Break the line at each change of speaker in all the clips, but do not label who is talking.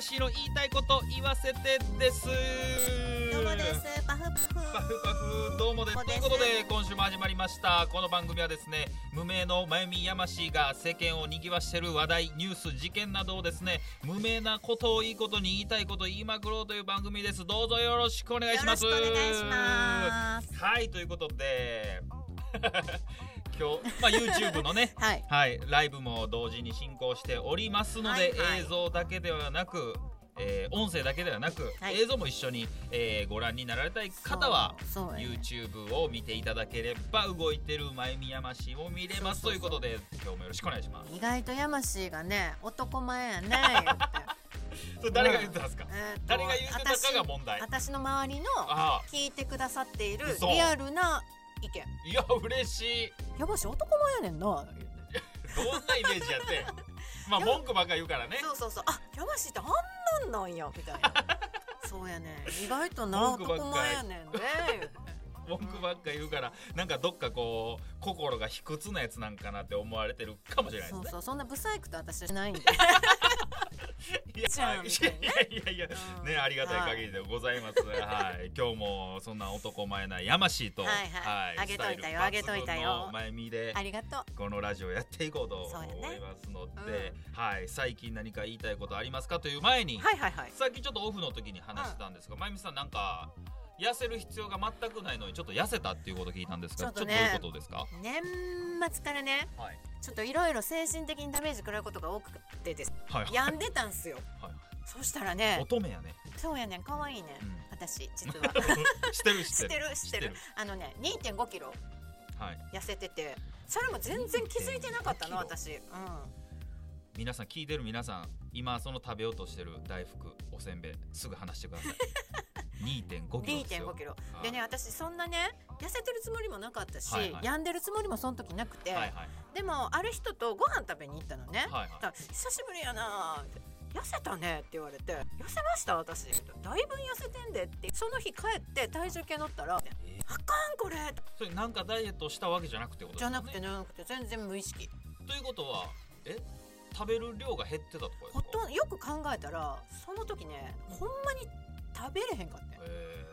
しろ言いたいこと言わせてです
どうもです。パフパフ。
パフパフどうもです
ど
と
うもで
い
す
うことで今週も始まりましたこの番組はですね無名のまゆみやましが世間を賑わしてる話題ニュース事件などをですね無名なことをいいことに言いたいことを言いまくろうという番組ですどうぞよろしくお願いし
よろ
ま
し
す
くお願いします。
はいということで 今日、まあ、YouTube のね
はい。
はい、ライブも同時に進行しておりますので、
はいはい
映像だけではなく、えー音声だけではなく、
はい
映像も一緒に、えーご覧になられたい方は
そうそうやね
YouTube を見ていただければ動いてるまゆみやましも見れます
そうそうそう
ということで今日もよろしくお願いします。
意外とヤマシーがね男前やね 言って
それ誰が言ってたんですか、
えーと
誰が言ってたかが問題。
私私の周りの
あ
聞いてくださっている
嘘
リアルな意見
あいや嬉しい
ヤマシー男前やねんな言うて
どんなイメージやって まあ文句ばっか言うからね
そうそうそうあヤマシーってあんなんなんやみた いなそうやね意外とな
文句ばっかり
男前やねんね言うて
文句ばっか言うからなんかどっかこう心が卑屈なやつなんかなって思われてるかもしれないです
そ
ね
う。そうそんなブサイクと私はしない んで
いや
じゃんみたいな
やいやいや
うん
ねありがたい限りでございます。はい、今日もそんな男前なやましいと、
はいはいあげといたよあげといたよ
前見で
ありがとう
このラジオやっていこうと
そう
思
やね
いますので、
う
はい、最近何か言いたいことありますかという前に、
はいはいはい
さっきちょっとオフの時に話してたんですが、まゆみさんなんか痩せる必要が全くないのにちょっと痩せたっていうこと聞いたんですが、
ちょっとね
どういうことですか？
年末からね
はい
ちょっといろいろ精神的にダメージ食らうことが多くてです
はいはい。
病んでたんすよ
はい
そしたらね
乙女やね。
そうやねん可愛いねん
うん
私実は
してる
知
し
ってて
る。
る知って
知って
る
る
あのね2 5キロ
はい。
痩せててそれも全然気づいてなかったの
2.5
私うん
皆さん聞いてる皆さん今その食べようとしてる大福おせんべいすぐ話してくだ さい2.5キロ
2
ですよ
5キロ
はい
でね私そんなね痩せてるつもりもなかったし
はいはい
病んでるつもりもその時なくて
はいはい
でもある人とご飯食べに行ったのね
はい
だか
は
ら久しぶりやなーって痩せたねって言われて痩せました私だいぶ痩せてんでってその日帰って体重計乗ったらあかん
え
これ
いそれなんかダイエットしたわけじゃなくてことです
じ
よ
ゃ
ね
なくてじゃなくて全然無意識
ということはえ食べる量が減ってたとかですか
ほとんどよく考えたらその時ねほんまに食べれへんかったよ
え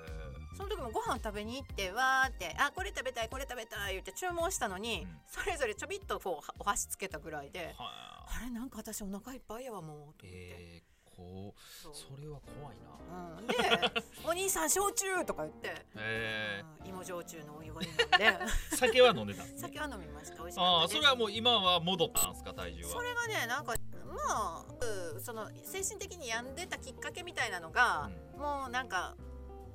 その時もご飯食べに行ってわーってあこれ食べたいこれ食べたい言って注文したのに、
うん
それぞれちょびっとこうお箸つけたぐらいで
ー、はあ
あれなんか私お腹いっぱいやわもうと思って、
えー、こう
そう
それは怖いな
うん、で「お兄さん焼酎!」とか言って
え
うん芋焼酎のお湯を飲んで
ー、酒は飲んでたんですね
酒は飲みました美味しか
あ
った
あ
です
それはもう今は戻ったんですか体重
そ
は
れがねなんかまあうんその精神的に病んでたきっかけみたいなのが、もうなんか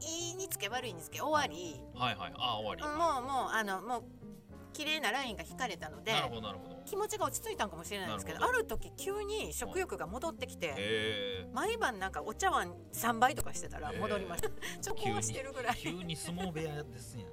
いいにつけ悪いにつけ終わり、
はいはいああ終
もう
わ
もうあのもう綺麗なラインが引かれたの
り
で
なるほどなるほど
気持ちが落ち着いたんかもしれないんですけど
なる
ある時急に食欲が戻ってきて
えー
毎晩なんかお茶碗3杯とかしてたら戻りました、ちょっと壊してるぐらい
急に相撲部屋ですね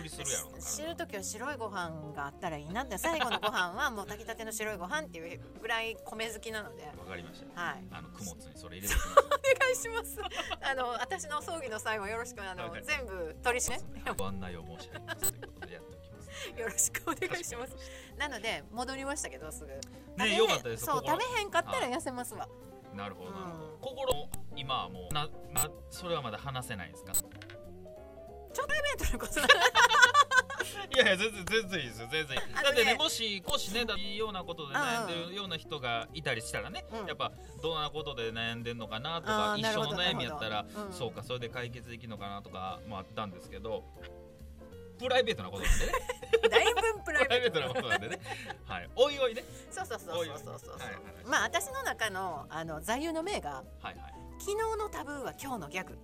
びっくりするやろな
知る時は白いご飯があったらいいなって最後のご飯はもう炊きたての白いご飯っていうぐらい米好きなので
わかりました
はい
あの供物にそれ入れてき
お願いしますあの私の葬儀の際もよろしくあの
わかり
全部取り締
ま
め
すねご案内を申し上げますということでやっておきます
よろしくお願いします
かしこ
なので戻りましたけどすぐ
まりましたねよかったです
そう
心
食べへんかったら痩せますわ
なるほどなるほ
う
ど
ん
心も今はもうななそれはまだ話せないんですか
メートルこそ
いやいや全然全然いいですよ全然いい、
あのね
だってねもしもしねだいいようなことで悩んで
うんう
るような人がいたりしたらね、
うん
やっぱどんなことで悩んでんのかなと
あ
か
ー
一
なる
緒
ほど
の悩みやったら
なるほどうん
そうかそれで解決できるのかなとかもあったんですけどプライベートなことなんでね
だいぶプラ
プライ
イ
ベ
ベ
ートな
ートな
ことなんでねはいおいおいね
そうそうそうそうそうそう
はいはい
まあ私の中のあの座右の銘が
はいはい
昨日のタブーは今日のギャグ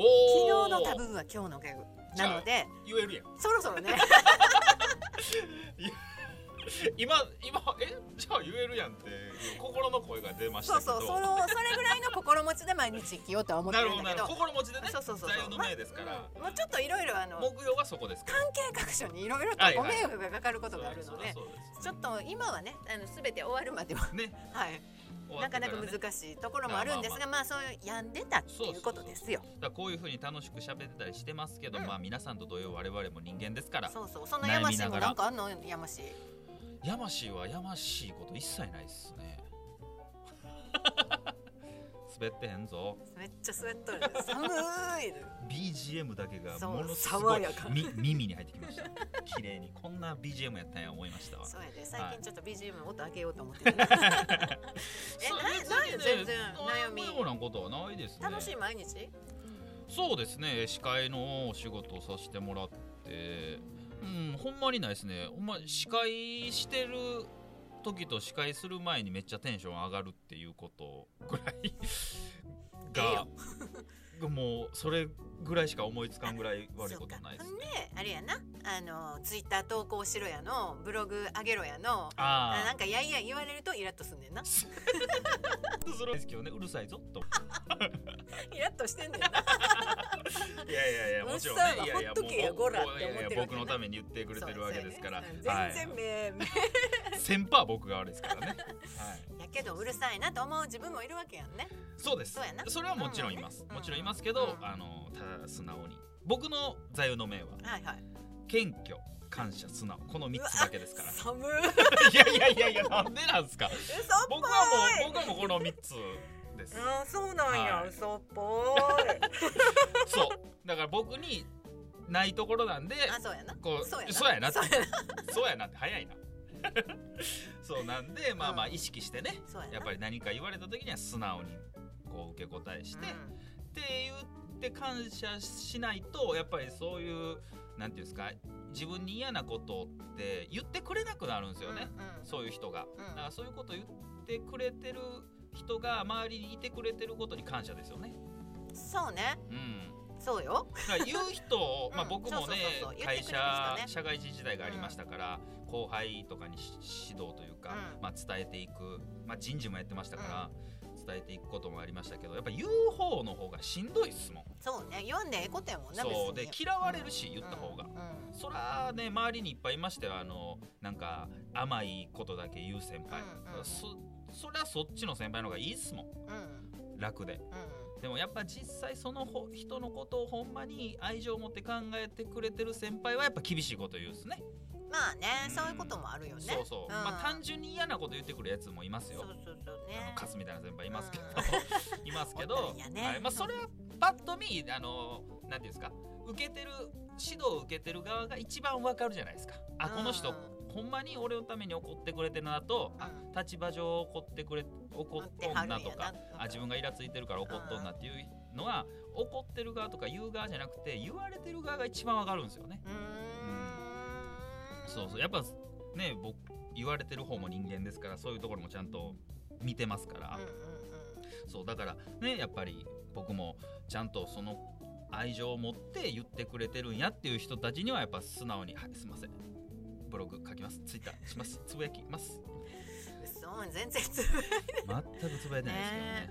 お
昨日
ー
のタブーは今日のギャグなので
言えるやん
そろそろね
今今えじゃあ言えるやんって心の声が出ました
そう
けど
そうそのそれぐらいの心持ちで毎日生きようとは思って
なる
る
ほ
ん
ど
だ
なる
けど
ほど心持ちでね
そうそうそうそう
座右の銘ですから、
うんもうちょっといろいろあの
目標はそこですけど
関係各所にいろいろと
はい
ご
はい
迷惑がかかること
そう
があ
で
る
す
の
そうで
で、
すそうです
ちょっと今はねあの全て終わるまでは
ね
はい
終わ
な
って
からな
ね
か難しいところもあるんですが、まあそういう病んでたっていうことですよ
だからこういうふうに楽しく喋ってたりしてますけど、
うん
まあ皆さんと同様我々も人間ですから
そうそうそんなやまし
悩み
い
なが
も
ら
なんかあんのやましい
や ましいはやましいこと一切ないですねス 滑ってへんぞ
めっちゃ滑っとる寒 い
BGM だけが
そう
ものすご
爽
い
やか
み耳に入ってきました綺麗にこんな BGM やったんや思いましたわ
そうやで最近ちょっと BGM もっと上げようと思 ってる、ね、えなないよ全然悩み
悩むようなことはないですね
楽しい毎日
そうですね司会のお仕事をさせてもらってうんほんまにないですねほんま司会してる時と司会する前にめっちゃテンション上がるっていうことぐら いが、もうそれぐらいしか思いつかんぐらい悪いことはないです
そ
ね
うかほんであれやなあのツイッター投稿しろやのブログ上げろやの
あ
な
あ
んかやいやい言われるとイラッとす ん ねんな
それですけどねうるさいぞと
イラッとし てんねんない
やいやいやもちろんね
うっさいわ
いやいや
ほっとけや
もう
ゴラって思
いやいや
ってるわ
僕
けね
のために言ってくれてるわけですから、
そう
はい
全然め、め
先輩は僕が悪いですからね、はい、
やけどうるさいなと思う自分もいるわけやんね
そうです
そうやな
それはもちろんいます、
うん
もちろんいますけど、
うん
あのただ素直に僕の座右の銘は
はいはい
謙虚感謝素直この3つだけですから
寒い
いやいやいやいやなんでなんですか
嘘っぽい
僕はもう僕はもうこの3つです
あーそうなんや、
はい
嘘っぽい
そうだから僕にないところなんで
あそうやな
こう
そうやな
そうやなって
そうや
そうやなって早い なそうなんでまあまあ
うん
意識してね
そうやな
やっぱり何か言われた時には素直にこう受け答えして、
うん
って言って感謝しないとやっぱりそういうなんていうんですか自分に嫌なことって言ってくれなくなるんですよね、
うんうん
そういう人が、
ん
だからそういうこと言ってくれてる人が周りにいてくれてることに感謝ですよね
そうね
うん
そうよ
だから言う人を、
うん
まあ、僕もね
そうそうそうそう言ってくれる
会
人
社
ね
社外人時代がありましたから、後輩とかにし指導というか、
うん
まあ、伝えていく、まあ、人事もやってましたから、伝えていくこともありましたけどやっぱ言う方の方がしんどいっすもん
そうね読んでええことやもんな
そう
別
で
に
嫌われるし言った方が、
うんうん
そらね周りにいっぱいいましたよあのなんか甘いことだけ言う先輩、
うんうん
そそりゃそっちの先輩の方がいいっすもん
うん
楽で
う
でもやっぱ実際そのほ人のことをほんまに愛情を持って考えてくれてる先輩はやっぱ厳しいこと言うんですね
んまあね、
うん
そういうこともあるよね
そうそう、
ん
まあ単純に嫌なこと言ってくるやつもいますよ
そうそうそうね
あのカスみたいな先輩い ますけど、いますけ
おっ
ど
た、んやね
はいまあ、それはパッと見あのなんていうんですか受けてる指導を受けてる側が一番わかるじゃないですかあこの人、
うん
ほんまに俺のために怒ってくれてるなと、あ立場上怒ってくれ怒っとんなとかあ自分がイラついてるから怒っとんなっていうのは、怒ってる側とか言う側じゃなくて言われてる側が一番わかるんですよね。
うーん
そうそうやっぱね僕言われてる方も人間ですからそういうところもちゃんと見てますから。
うんうん
そうだからねやっぱり僕もちゃんとその愛情を持って言ってくれてるんやっていう人たちにはやっぱ素直に「はいすいませんブログ書きますツイッターしますつぶやきます
うんそう全然つ」
全くつぶやいてないですけどね
ね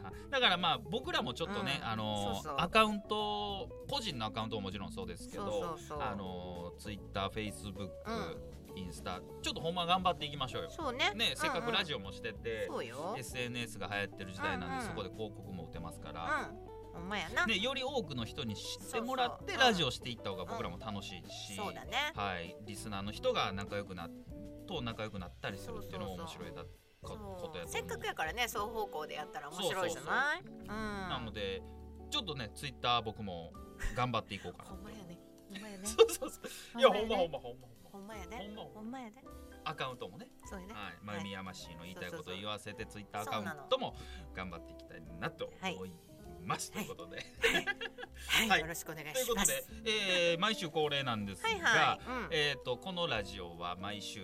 はいだからまあ僕らもちょっとね、
うん
あの
そうそう
アカウント個人のアカウントももちろんそうですけど
そうそうそう
あのツイッターフェイスブック、インスタちょっとほんま頑張っていきましょうよ。
そうね
ねせっかくラ
オ
ジオもしてて、
そうよ
SNS が流行ってる時代なんで、
うんうん
そこで広告も打てますから、
うんほんまやな
ね、より多くの人に知ってもらって
そうそう
ラジオしていった方が僕らも楽しいし、
そうだね
はい、リスナーの人が仲良くなと仲良くなったりするっていうのも
そう
面
そうそう
白いだこ
そ
ことや
う
と思う
せっかくやからね双方向でやったら面白いじゃないうん
なのでちょっとねツイッター僕も頑張っていこうかな
ほ んまやねほんまやね
そうそう そういやほんまほ
やね
んまほんまほ
ほんまや
んまほ
ね
んまほんま
ほんまやで
アカウントもね、
そうやね
はい、まゆみやましいの言いたいことを言わせてツイッターア
そう
カ
そう
ウ
そう
ントも頑張っていきたいなと思います、
はい
ということで、は
はいいよろしくお願い
という
し
こ
ま
と
す
で、えー毎週恒例なんですが、
はいはい
えー、とこのラジオは毎週、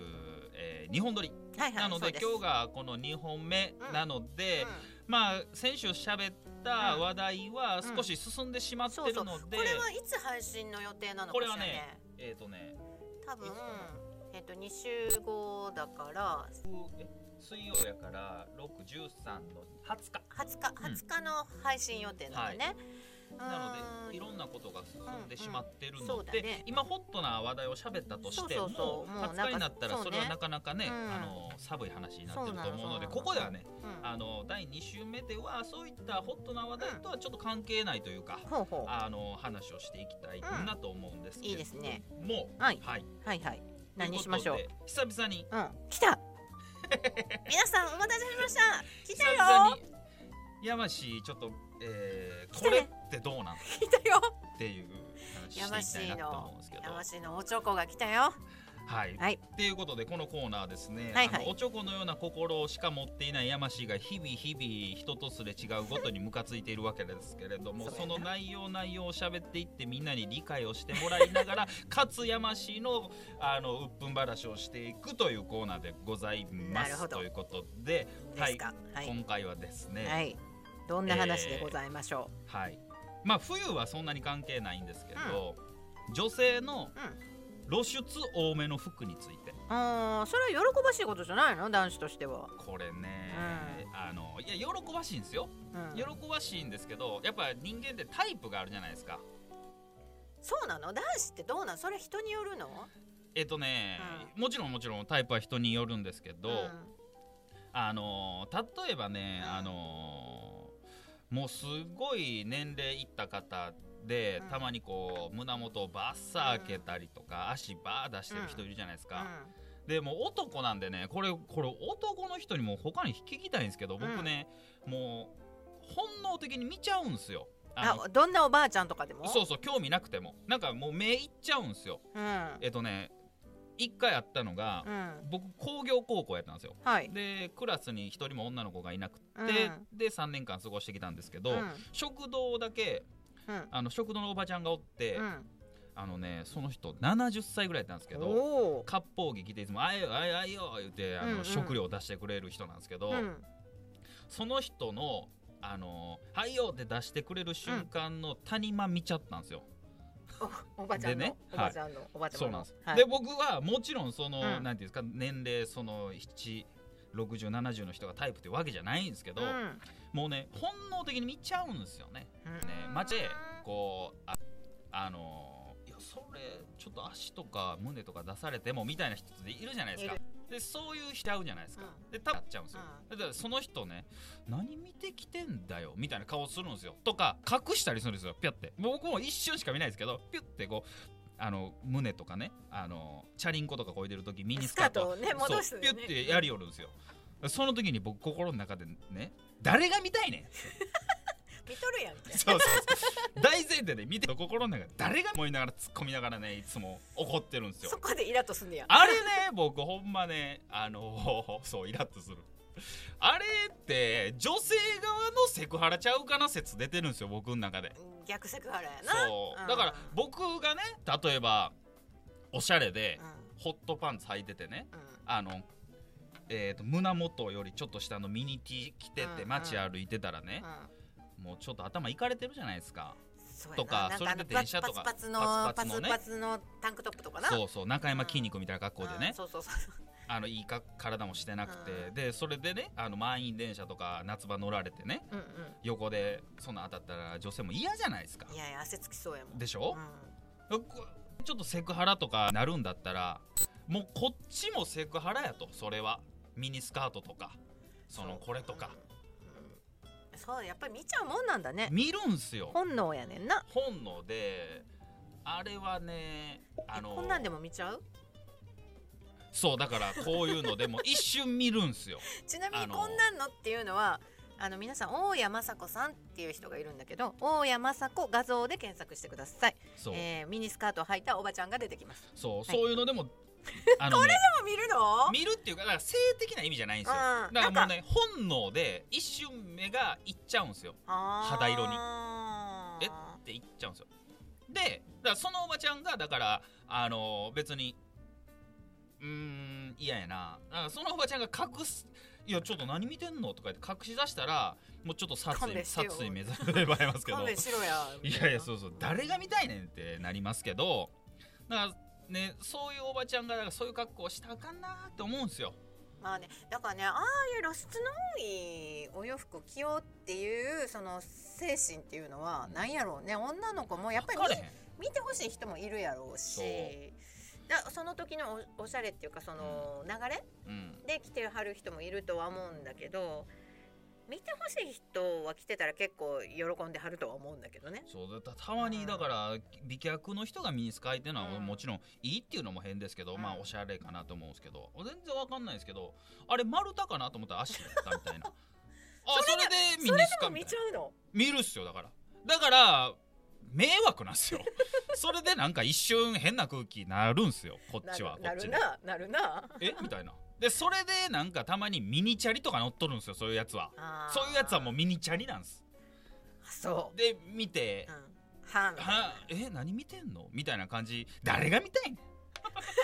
え2本撮り
うんはいはい
なので,、今日
が
がこの2本目なので、まあ先週喋った話題は少し進んでしまって
そうそ
る
う
ので、
これはいつ配信の予定なのかしら
これは
ね
ねえっ、とね
多分
いつかな
えっと二週後だから
え水曜やから613の20日
20日
うん
20日の配信予定なのでね、
なのでい
うん
ろんなことが進んでしまってる
うんそ
の
うだ
で、
ね
今ホットな話題を喋ったとしても
そうそうそうもうなんか
20日になったら
そう
そ
ね
れはなかなかね
うん
あの寒い話になってると思うので
そうなの
ここではね
うん
あの第2週目ではそういったホットな話題とはちょっと関係ないというか、
ほうほう
あの話をしていきたいなと思うんですけれども、
うんいいですね
もう
はい
はい、
はいはい何しましょう
ということで久々に
うん来た皆さんお待たせしました来
久
たよ
々に山氏ちょっと、えー
来
こ
て
れ
ね
ってどうなんっ
来たよ
ていう話していきたいなと思うんですけど
山氏のおちょこが来たよ
はい、
はい
っていうことでこのコーナーですね、
はいはい
あのおちょこのような心しか持っていない山氏が日々日々人とすれ違うごとにムカついているわけですけれども
そう
そ
や
の
な
内容内容を喋っていってみんなに理解をしてもらいながらかつ山氏のあの鬱憤話をしていくというコーナーでございま
なる
す
ほど
ということで
で
は
す
い、
かはい、
今回はですね、
はい、どんな話でございましょ
はい、まあ冬はそんなに関係ないんですけど、女性の
う、うん
露出多めの服について
あーそれは喜ばしいことじゃないの男子としては、
これね、あのいや喜ばしいんですよ
うん
喜ばしいんですけどやっぱ人間ってタイプがあるじゃないですか
そうなの男子ってどうなのそれ人によるの
えっとね、もちろんもちろんタイプは人によるんですけど、
ん
あの例えばね、
うん
あのもうすごい年齢いった方で、
うん
たまにこう胸元をバッサー開けたりとか、足バー出してる人いるじゃないですか、でもう男なんでねこれこれ男の人にも他に聞きたいんですけど僕ね、もう本能的に見ちゃうんですよあの
あどんなおばあちゃんとかでも
そうそう興味なくてもなんかもう目いっちゃうんですよ
うん、
えっとね一回あったのが
う、ん、
僕工業高校やったんですよ
はい
でクラスに一人も女の子がいなくて、
うん
で3年間過ごしてきたんですけど、
うん
食堂だけ
うん
あの食堂のおばちゃんがおって、
うん
あのねその人70歳ぐらいやったんですけど
おー
割烹着着ていつも「あいよあいよあいよ」言ってあの、
うんうん
食料を出してくれる人なんですけど、
うん
その人の「あのはいよ」って出してくれる瞬間の谷間見ちゃったんですよ。
おばちゃんの、
でね
おばちゃんの、おばちゃ
そうんなん
の
です、
はい
で僕はもちろんその、
うん
なんていうんですか年齢その76070の人がタイプってわけじゃないんですけど、
うん
もうね本能的に見ちゃうんですよね。
うん
ね街でこうああのいやそれちょっと足とか胸とか出されてもみたいな人っているじゃないですか
い
でそういう人ちゃうじゃないですか、
う
で多分やっちゃうんですよ、だからその人ね何見てきてんだよみたいな顔するんですよとか隠したりするんですよピュって僕も一瞬しか見ないですけどピュってこうあの胸とかねあのチャリンコとかこいでる時ミニスカート
スカートをね戻す
そう
ね
ピュってやりよるんですよその時に僕心の中でね誰が見たいねん
見とるやんけ
そうそうそう大前提で見て心の中で誰が思いながら突っ込みながらねいつも怒ってるんですよ
そこでイラッとすんねや
あれね僕ほんまねあの そうイラッとするあれって女性側のセクハラちゃうかな説出てるんですよ僕の中で
うん逆セクハラやな
そうだから僕がね例えばおしゃれでホットパンツ履いててね
うんうん
あのえーと胸元よりちょっと下のミニ T 着て
うん
て
うん
街歩いてたらね
うん
もうちょっと頭いかれてるじゃないですか
そうやな
とか
なんあの
それで電車とか
パツパツの
パツ
パ
パツの
ツ
ね
パツのタンクトップとかな
そうそう中山筋肉みたいな格好でね、
うんそうそうそう
あのいいか体もしてなくて、
うん
でそれでねあの満員電車とか夏場乗られてね
うんうん
横でそんなん当たったら女性も嫌じゃないですか
いやいや汗つきそうやもん
でしょ
う、
こちょっとセクハラとかなるんだったらもうこっちもセクハラやとそれはミニスカートとかその
そう
これとか、
んうんそうやっぱり見ちゃうもんなんだね
見るんすよ
本能やねんな
本能であれはねあ
え
の
こんなんでも見ちゃう
そうだからこういうのでも一瞬見るんすよ
ちなみ
あ
に
の
こんなんのっていうのはあの皆さん大谷雅子さんっていう人がいるんだけど大谷雅子画像で検索してください、
そう、
えーミニスカートを履いたおばちゃんが出てきます
そう、
い
そういうので もあのね、
もう見るの
見るっていうかだから性的な意味じゃないんですよ、
うん
だからもう
なん
ね本能で一瞬目がいっちゃうんですよ肌
肌
色にえ
に
っていっちゃうんですよでだからそのおばちゃんがだからあの別にうーん嫌やなだからそのおばちゃんが隠すいやちょっと何見てんのとか言って隠し出したらもうちょっと殺
勘
意
弁してよ
殺意目覚められますけど
勘弁しろや
いやいやそううそう誰が見たいねんってなりますけどだからねそういうおばちゃんがだからそういう格好したらあかんなーって思うんですよ
まあねだからねああいう露出の多いお洋服を着ようっていうその精神っていうのはなんやろうね女の子もやっぱり
分かれへん
見見てほしい人もいるやろうし
そう
だその時のおおしゃれっていうかその流れ
うん
で着てはる人もいるとは思うんだけど見てほしい人は着てたら結構喜んではるとは思うんだけどね。
そうだたたまにだから美脚の人がミニスカ履いてるのは
うん
もちろんいいっていうのも変ですけど、
うん
まあおしゃれ かなと思うんですけど全然わかんないですけどあれ丸太かなと思ったら足だったみたいなあそれで見
そ
に
れ
す
で
か
も
み
見
たい
ちゃうの
な見るっすよだからだから迷惑なん すよそれでなんか一瞬変な空気になるんすよこっ
な
ち
る
はこ
な
っち
る
で
ななるな
えみたいなでそれでなんかたまにミニチャリとか乗っとるんですよそういうやつは
あー
そういうやつはもうミニチャリなんです
そう
で見て
うんはん
はえ何見てんのみたいな感じ誰が見たい ん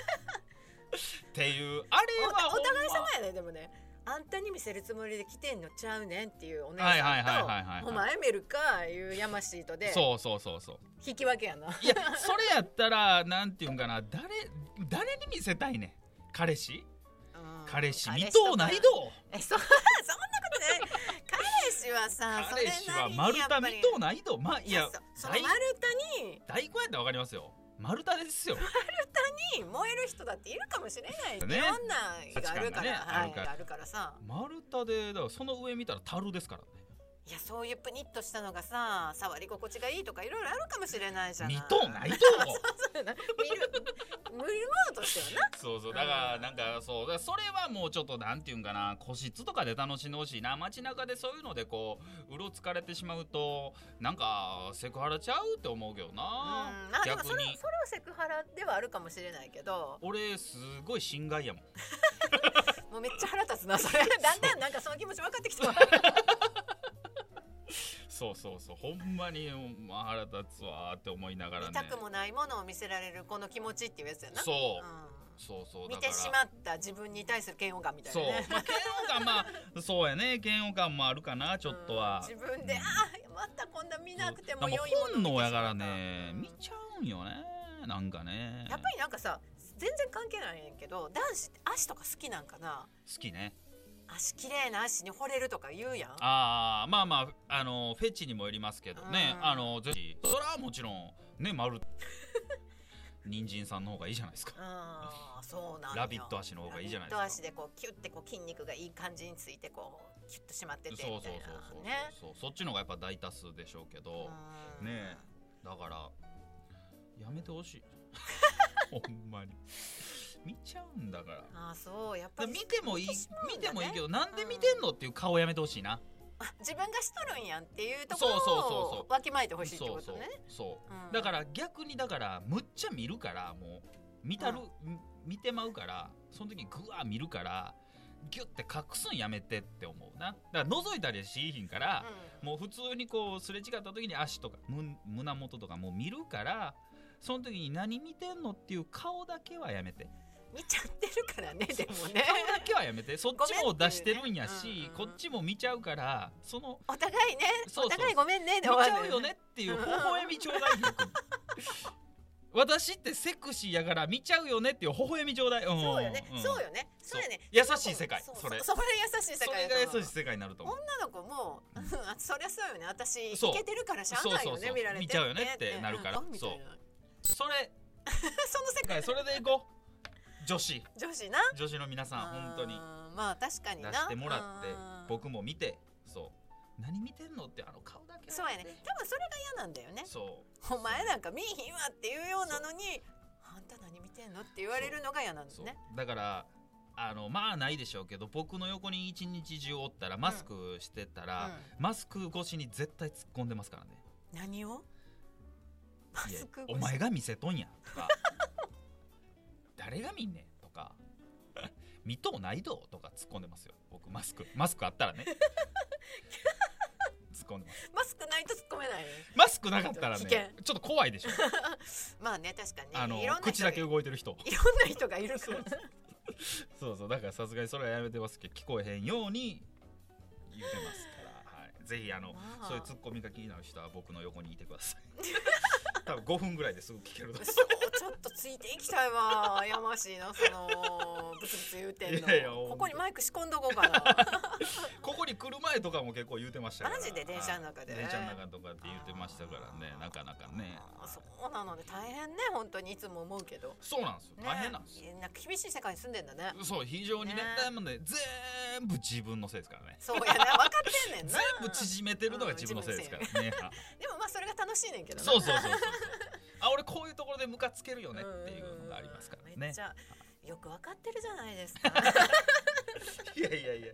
っていうあれは
おお互い
ほんま
様やねでもねあんたに見せるつもりで来てんのちゃうねんっていうお姉
はいはいはいはいはい
さ
はい
んとお前見るかいうやましいとで
そうそうそうそう
引き分けやない
やそれやったらなんていうんかな誰誰に見せたいねん彼氏
うん
彼氏
彼
二
氏とか
等ないど
えそ そんなことない彼氏はさ
彼氏は
それなり
丸
にやっ
太
ぱり
二等ないどまあい
い
や
やそその丸太に
大根やったらわかりますよ丸太ですよ
に燃える人だっているかもしれない、
ね
いろんなんがある
価値観
から、はい
がねあるから
あるからさ
丸太でだからその上見たら樽ですからね
いやそういうプニッとしたのがさ触り心地がいいとかいろいろあるかもしれないじゃない
二等ないど
見る見るものとしてはな
そうそうだからなんかそうだからそれはもうちょっとなんていうんかな個室とかで楽しんでほしいな街中でそういうのでこううろつかれてしまうとなんかセクハラちゃうって思うけどな
うんあでも
逆
それ
に
それはセクハラではあるかもしれないけど
俺すごい心外やもん
もうめっちゃ腹立つな それだんだんなんかその気持ち分かってきたわ
そうそうそうほんまにうんまあ腹立つわーって思いながら
見
ね
たくもないものを見せられるこの気持ちっていうやつやな
そう
う、、
そうそうんだ
見
から
てしまった自分に対する嫌悪感みたい
そ
な
う
ね、
まあ、嫌悪感まあそうやね嫌悪感もあるかなちょっとは、
うん自分で、
うん
ああまたこんな見なくても
なん
良
か
いもの
本
見てしま
能
った
やからね
うん
見ちゃうんよねなんかね
やっぱりなんかさ全然関係ないんやけど男子って足とか好きなんかな
好きね
足綺麗な足に惚れるとか言うやん
ああまあまああのフェチにもよりますけどね
うん
あのぜひそれはもちろんね丸 人参さんの方がいいじゃないですか
うんそうなんよ
ラビット足の方がいいじゃないですか
ラビット足でこうキュッてこう筋肉がいい感じについてこうキュッと締まって
そう
てみた
そ
いうな
そうそう、
ね
そうそっちの方がやっぱ大多数でしょうけど、
うん
ねだからやめてほし いほんまに見ちゃうんだからだか
ああそうやっぱ
ら
り
見てもいい
見てしまう
見
んだね
てもいいけどなんで見てんのっていう顔やめてほしいな
あ自分がしとるんやんっていうところ
そうそうそうそ
をわきまえてほしいって
そ
こ
うそ
と
う
ね
そう
うん
だから逆にだからむっちゃ見るからもう見たるみ見てまうからその時グワー見るからギュッて隠すんやめてって思うなだから覗いたりはしいひんから
うん
もう普通にこうすれ違った時に足とかむ胸元とかもう見るからその時に何見てんのっていう顔だけはやめて
見ちゃってるからねでもね
顔だけは やめてそっちも出してるんやし、
ごめんっていうねうんうん
こっちも見ちゃうからその
お互いね
そうそう
お互いごめんね
見ち
で終わる
ゃうよねっていう微笑みちょうだいよ君私ってセクシーやから見ちゃうよねっていう微笑みちょうだい、ん
そうよね、
ん
そうよねそれね
優しい世界
う
それ
それ優しい世
それ
界だと思
が
う
優しい世界になると思う
女の子も、うん、 そりゃそうよね私い
そう
けてるからしゃあないよね
そうそうそう
見られて
見ちゃうよねってなるから
うんみたいな
それ
その世
世界
界
それでいこう女子
女子な
女子の皆さん本当に
うんまあ確かに
出
な
してもらって
うん
僕も見てそう何見てんのってあの顔だけ
そうやね多分それが嫌なんだよね
そう
お前なんか見えひんわっていうようなのにあんた何見てんのって言われるのが嫌なんです
そう
ね
だからあのまあないでしょうけど僕の横に一日中おったらマスクしてたら、マスク越しに絶対突っ込んでますからね
うん何を マ
いや
スク越し
お前が見せとんやと か誰が見んねんとか見とうないどとか突っ込んでますよ僕マスクマスクあったら ね突っ込んでます
マスクないと突っ込めないよね
マスクなかったら
危険
ねちょっと怖いでしょ
まあね確かにね
あの
いろんな人
口だけ
い
動いてる人
ろんな人がいるから
そうそうだからさすがにそれはやめてますけど聞こえへんように言ってますから、はい、ぜひあの
まあ
そういうツッコミが気になる人は僕の横にいてください多分5分ぐらいですぐ聞けると思う
そうちょっとついていきたいわやましいなそのブツブツ言うてんの
いやいや
ここにマイク仕込んどこうか な
ここに来る前とかも結構言うてましたから
マジで電車の中で
はい電車の中とかって言ってましたからねなかなかね
あーそうなので大変ね本当にいつも思うけど、ね、
そうなんですよ大変なんですよ、
みんな厳しい世界に住んでんだね
そう非常にね
ね
でもね全部自分のせいですからね
そうやな分かってんねん
全
な
部縮めてるのが
うん
自分のせいですからねはい
でもまあそれが楽しいねんけど な
そうそうそうそうそうあ俺こういうところでムカつけるよねっていうのがありますから
め
ね
っちゃよく分かってるじゃないですか
いやいやいや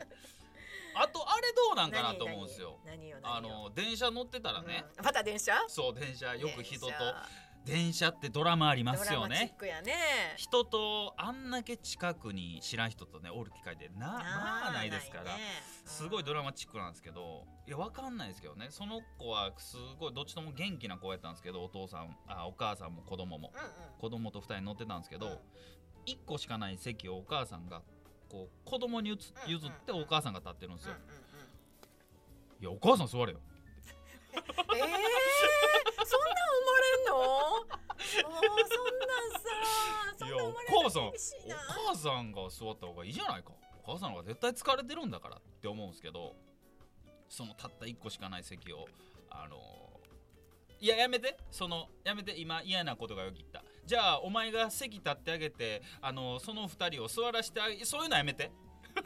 あとあれど うなんかなと思うんですよ
何よ
あ
何よ
の電車乗ってたらね、
うんまた電車
そう電車よく人と
電
電車ってドラマありま
車
す
ドラ
よ
マチッ
ね
クやね
人とあんだけ近くに知らん人とねおる機会でなまあないですから、
ね
すごいド
ラ
ラマチックなんですけどいやわかんないですけどねその子はすごいどっちとも元気な子やったんですけどお父さんあお母さんも子供も
うんうん
子供と2人乗ってたんですけ
うん
ど、一1個しかない席をお母さんがこう子供に譲
うん
譲ってお母さんが立ってるんです
うん
よ
うん、うん
いやお母さん座れよ
えー、そんなん思われんの？もうそんなんさ、そ
い
ん
や
なん
お
思われ
母
る
さん
の
お
厳しいな。
母さんが座った方がいいじゃないかお母さんの方が絶対疲れてるんだからって思うんですけどそのたった1個しかない席をあのいややめてそのやめて今嫌なことがよぎったじゃあお前が席立ってあげてあのその2人を座らしてあげそういうのやめて
で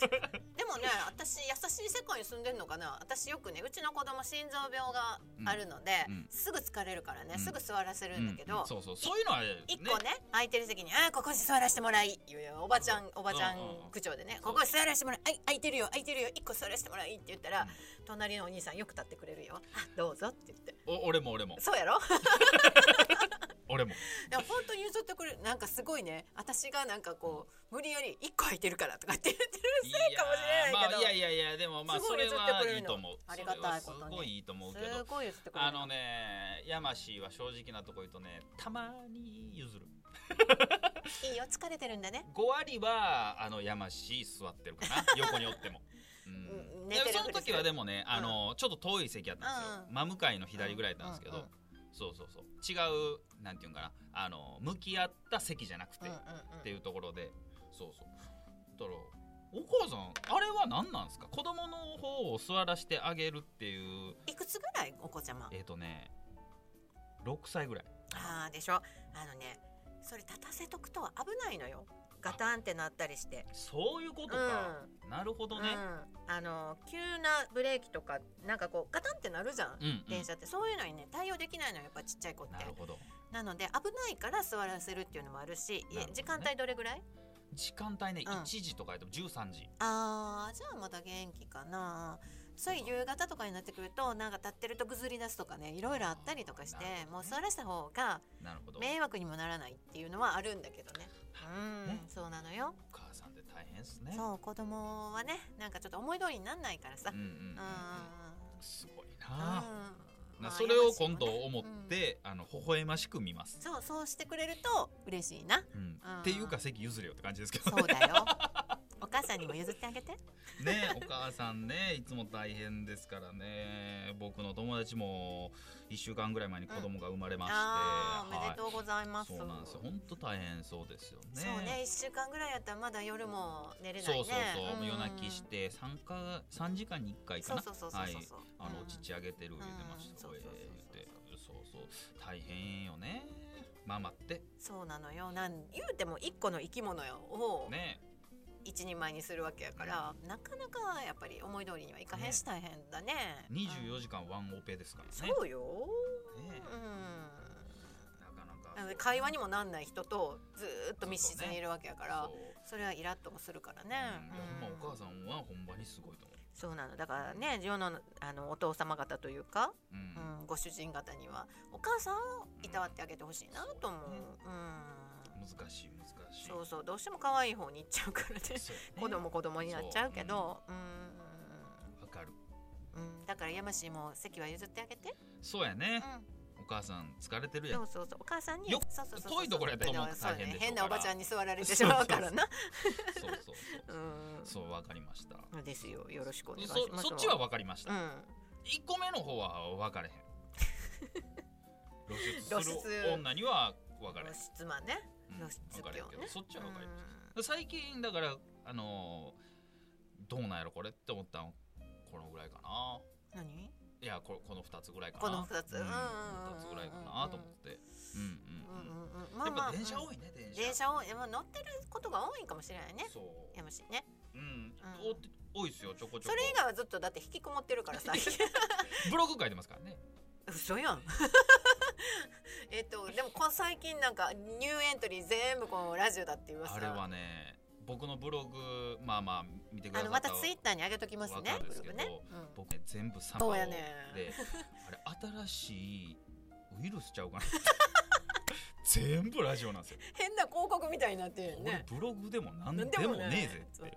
もね、私優しい世界に住んでんのかな。私よくね、うちの子供心臓病があるので、
うんうん
すぐ疲れるからね、
うん
すぐ座らせるんだけ
うん
ど
うん、そうそうそういうのは
一、個ね空いてる席に「あーここに座らせてもらい」言うよおばちゃんおばちゃん
うんうんうん
口調でね「ここに座らせてもらいあい空いてるよ空いてるよ一個座らせてもらい」って言ったら、
うん
隣のお兄さんよく立ってくれるよ「あどうぞ」って言って
お俺も俺も
そうやろ
俺も
でも本当に譲ってくれるなんかすごいね私がなんかこう無理やり1個空いてるからとかって言ってる
い
せいかもしれないけど
やまあ、いやいやいやでもまあ
す
そ
ごい
れ
譲ってくれ
は
るの
いいと思う
ありがたいことに
それはすごいいいと思うけ
す
ど
ごい譲ってくれる
あのねヤマシーは正直なとこ言うとねたまに譲る
いいよ疲れてるんだね
5割はあのヤマシー座ってるか な横におっても、う、
うんん
で
寝てる
その時はでもねあの、ちょっと遠い席やったんですよ、
うん
真向かいの左ぐらいだったんですけど、
うんうん
そうそうそう違うなんていうんかなあの向き合った席じゃなくて、
うんうん
っていうところでそうそうだからお母さんあれは何なんですか子供の方を座らせてあげるっていう
いくつぐらいお子ちゃま
えっ、とね6歳ぐらい
あーでしょあのねそれ立たせとくと危ないのよガタンってなったりして
そういうことか、なるほ
う
ど
ん、
ね、
あの急なブレーキとかなんかこうガタンってなるじゃん、
うんうん
電車ってそういうのにね対応できないのよやっぱちっちゃい子って
なるほど
なので危ないから座らせるっていうのもあるしい
なるほどね
時間帯どれぐらい
時間帯ね、
うん
1時とかやと13時
あーじゃあまだ元気かなそういう夕方とかになってくるとなんか立ってるとぐずり出すとかねいろいろあったりとかし
な
て
るほどね
もう座らした方が
なるほど
迷惑にもならないっていうのはあるんだけどねうん、
ね
そうなのよ
お母さんって大変っすね
そう子供はねなんかちょっと思い通りになんないからさ
うんうんうん
うん
すごい
うん
な、
うん
な
まあ
それを今度
よろしいよね
思って、あの微笑ましく見ます、
そうそうしてくれると嬉しいな
うん
うん
っていうか席譲れよって感じですけど
そうだよお母さんにも譲ってあげて
ねお母さんねいつも大変ですからね僕の友達も1週間ぐらい前に子供が生まれまして、
あーおめ
は
でとうござい
い、
ます、
そうなんですよ本当大変そうですよね
そうね一週間ぐらいやったらまだ夜も寝れないね
そうそうそう、
ん
夜泣きして三か三時間に一回か
そう
な
そうそうそう
はい
そうそう
あの
うん
父上げてる言ってました、
うん
え
そうそうそう
え言うてそうそう大変よねママって
そうなのよなん言うても一個の生き物よを
ね
一人前にするわけやから、なかなかやっぱり思い通りにはいかへんし大変だね
二十四
時
時間ワンオペですからね
そうよ、
ねなか
う
なか
んなので会話にもなんない人とずーっと密室にいるわけやからそ,、
そう
れはイラッともするからね、
うん、
う
ほんまお母
ん
さんはほんまにすごいと思う
そうなのだからね世のあのお父様方というか
うん、
うん、ご主人方にはお母さんをいたわってあげてほしいなと思う、うん
難しい難しい
そうそうどうしても可愛い方に行っちゃうからね
そうやね
子供子供になっちゃうけどうん、
わかる
うんだから山氏も席は譲ってあげて、
そうやね、
う
お母さん疲れてる
ん、
や
そ
ん
うそうそうお母さんに
よ
そうそうそう
遠いところやったらもう
そうそう
大変でしょうから
変なおばちゃんに座られてしま うからな
そうそう
う
そうんそうわかりました
ですよよろしくお願いしま
そ
す
そっちはわかりまし
う
た、
ん
一個目の方は分 かれへん露出す
露
る
出
女には分かれへん
露出マンね
うん
露出
分かれへんけど
狂ね
そっち
う
は分かれへん
ん
最近だからあのーどうなんやろこれって思ったのこのぐらいかな
何
いやここの二つぐらいかな
この二つ
うん
うんうんうんうん
二つぐらいかなと思ってうんうんうん
うんうんうん
や
まあ
っ
ま
ぱ
あ
電車多いね電車
電車をでも乗ってることが多いかもしれないね
そう
やむしね
うん
う
お
ん
って多いですよちょこちょ
そ
こ
れ以外はずっとだって引きこもってるから さ
ブログ書いてますからね
嘘やん えっとでもこの最近なんかニューエントリー全部このラジオだっていう噂
あれはね僕のブログまあまあ見てくだ
あ
さ
の
っ
ま
た
たツイッターに上げときますね
わかるんで
ブ
す
ロ
け
グ
ど
ね、うん
僕ね全部サン
ど
バ
う
で
やねん
あれ新しいウイルスちゃ うかな全部ラジオなんですよ、
変な広告みたいになってるよね
俺ブログでも何で
なんで
も
もね
ねえぜっ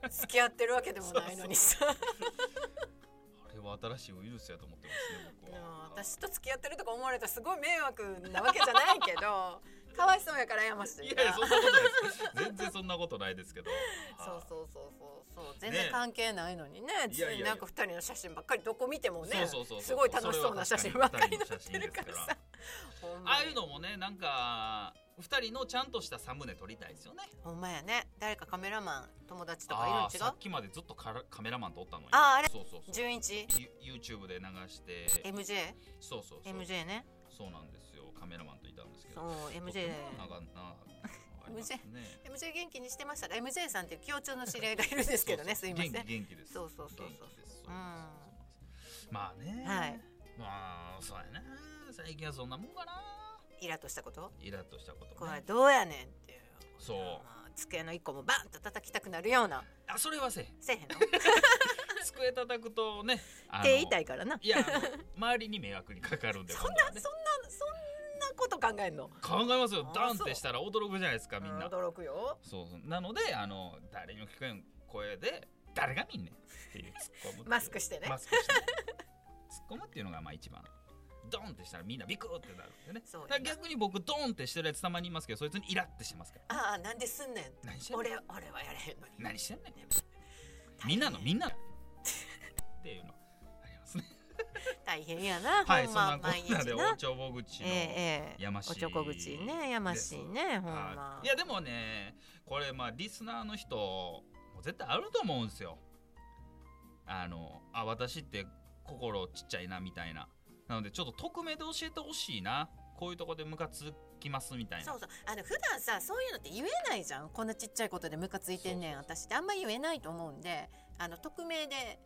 ていう
付き合ってるわけでもないのにさ
あれは新しいウイルスやと思ってますね僕
いや
は
私と付き合ってるとか思われたらすごい迷惑なわけじゃないけ どかわいそうやからやまし
い
い
やいやそんなことないです全然そんなことないですけど
そう
う
そうそうそうそう全
ね
然関係ないのにね
いやいやいや
常になんか二人の写真ばっかりどこ見ても
そ
ね
うそうそうそう
すごい楽しそうな写真ばっかり載ってるからさほんま
ああいうのもねなんか2人のちゃんとしたサムネ撮りたいですよね
ほんまやね誰かカメラマン友達と
あ
か
ー
いるん違
さ
う
っきまでずっとカラカメラマン撮ったのに
あーあれ
そうそうそう
純一
You- YouTube で流して
MJ
そうそうそう
MJ ね
そうなんですよカメラマンといたんですけ
そ
ど
う MJ
なんか なありますね
MJ 元気にしてましたら MJ さんっていう共通の知り合いがいるんですけどねす
そう
い
そう
ません
元気元気です
そうそうそうそう
元気です
うん
まあね
はい
まあそうやな最近はそんなもんかな
イラッとしたこと
イラッとしたこと
こ
ね
れどうやねんっていう
そう
まあ机の一個もバンと叩きたくなるような
あそれは せえ
せえへんの
机叩くとね あの
手痛いからない
やあの周りに迷惑にかかるんで
そん
今
な
度はね
そんなそんなこと考えんの
考えますよ
あ
ダンっ
そう
てしたら驚くじゃないですかみんな
驚くよ
そうそうなのであの誰にも聞こえん声で誰が見んねんっていう突っ込むっていう
マスクしてね
マスクしてね突っ込むっていうのがまあ一番ドンってしたらみんなビクってなるんでね
そうや
だから
な
逆に僕ドンってしてるやつたまにいますけどそいつにイラってしてますから
ああなんですんねん
何してんの
俺俺はやれへんのに
何してんねんみんなのみんなのっていうのあり ますね
大変やな、
はいそ
ほん
ん
ま
なこ
毎
んな
日
で
な
おちょぼ口
え
の、
えええ
山氏
おちょこ口ねやましいねほんま
はいいやでもねこれまあリスナーの人もう絶対あると思うんですよあのあ私って心ちっちゃいなみたいななのでちょっと匿名で教えてほしいなこういうとこでムカつきますみたいな
そうそうあの普段さそういうのって言えないじゃんこんなちっちゃいことでムカついてんねん
そうそう
私ってあんま言えないと思うんであの匿名で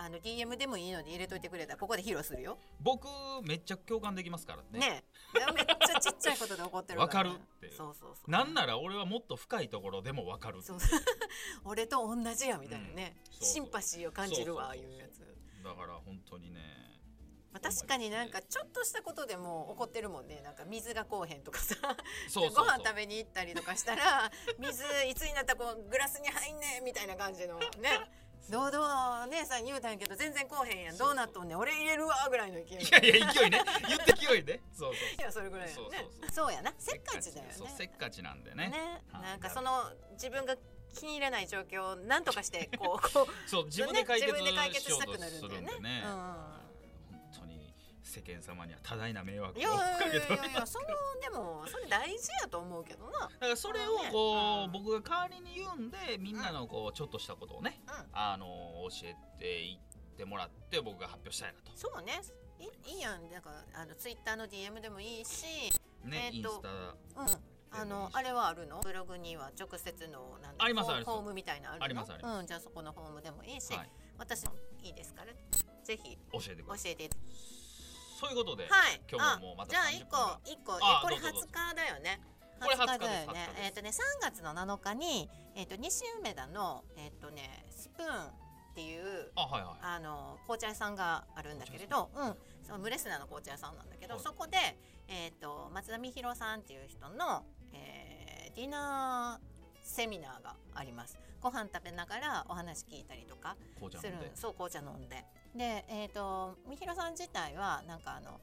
あの DM でもいいので入れといてくれたらここで披露するよ
僕めっちゃ共感できますからね
ねえめっちゃちっちゃいことで怒ってるらね
わかるっていう
そうそうそう
なんなら俺はもっと深いところでも分かる
そう 俺と同じやみたいなね、
うんそうそう
シンパシーを感じるわああ
そう
い
そう
う
そうそう
やつ、
だから本当にね
まあ、確かになんかちょっとしたことでも怒ってるもんねなんか水がこうへんとかさ
そうそうそう
ご飯食べに行ったりとかし たら水いつになったらこうグラスに入んねんみたいな感じのね堂々姉さんに言うたんやけど全然こうへんやん
そう
ど
そう
うなっとんねん俺入れるわぐらいの勢い
いやいや勢いね言って勢いねそうそうそう
いやそれぐらいやんね
そうそう
そうやなせっかちだよね
そうせっかちなんで
ね
ねはい
なんかその自分が気に入らない状況をなんとかして こうこう
そう自分で解決
自分で解決
しよ
した
う
く
と
なるん
す
だよね
るんでね
うん
本当に世間様には多大な迷惑を
い
か
やいやい
けており
やい
ま
や
す
そのでもそれ大事やと思うけどな
だからそれをこ
うん
う僕が代わりに言うんでみんなのこうちょっとしたことをね
うん
あの教えていってもらって僕が発表したいなと
そうねいいいやんなんかあのツイッターの DM でもいいし
ね
え
イ
ー
ン
と
スタ
うんあのあれはあるのブログには直接のなんだ
あります
ホー
あります
ホームみたいなのあるの
ありますありま
うんじゃあそこのホームでもいいし、
はい
私もいいですからぜひ
教えてく
教
ださい
えてい
そういうことで
はい
今日ももうまた
あ
30
じゃ
分が
あ一個一個
あ
えこれ
どうぞどう
20
ぞ
日だよね
これ20
20
日です
日だ
20日
よね
です
えっ、とね3月の7日にえっ、と西梅田のえっ、とねスプーンっていう
あはいは
あの紅茶屋さんがあるんだけれど、うん、そのムレスナーの紅茶屋さんなんだけど、
はい
そこで、えー、と松田美弘さんっていう人の、えーディナーセミナーがありますご飯食べながらお話聞いたりとか
いこうちゃん
するん
で
そう紅茶飲んでで、えー、と美弘さん自体はなんかあの、えー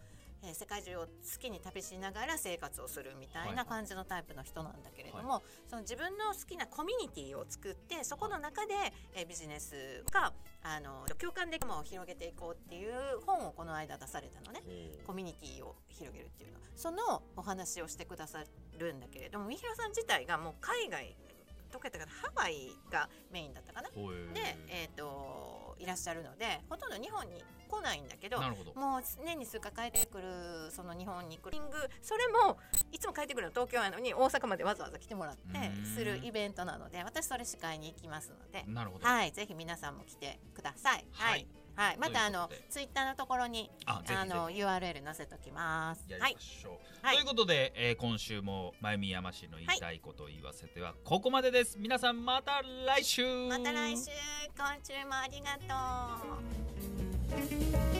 世界中を好きに旅しながら生活をするみたい
は
ない感じのタイプの人なんだけれども、その自分の好きなコミュニティを作ってそこの中で、えービジネスがあの共感できるものを広げていこうっていう本をこの間出されたのね。コミュニティを広げるっていうのそのお話をしてくださるんだけれども三弘さん自体がもう海外どこやったかなハワイがメインだったかな
ほうほう
で、えー、といらっしゃるのでほとんど日本に来ないんだけど
なるほど
もう年に数回帰ってくるその日本に来るそれもいつも帰ってくるの東京なのに大阪までわざわざ来てもらって
うーん
するイベントなので私それ司会に行きますので、
なるほど
はい、ぜひ皆さんも来てください。
は
はいい、はい、またあの
ということ
ツイッターのところに
あぜひぜひ
あの URL 載せときます。
やりま
はい、
しょう、
はい
ということで、えー今週も前宮山氏の言いたいことを言わせてはここまでです皆さんまた来週
また来週今週もありがとう。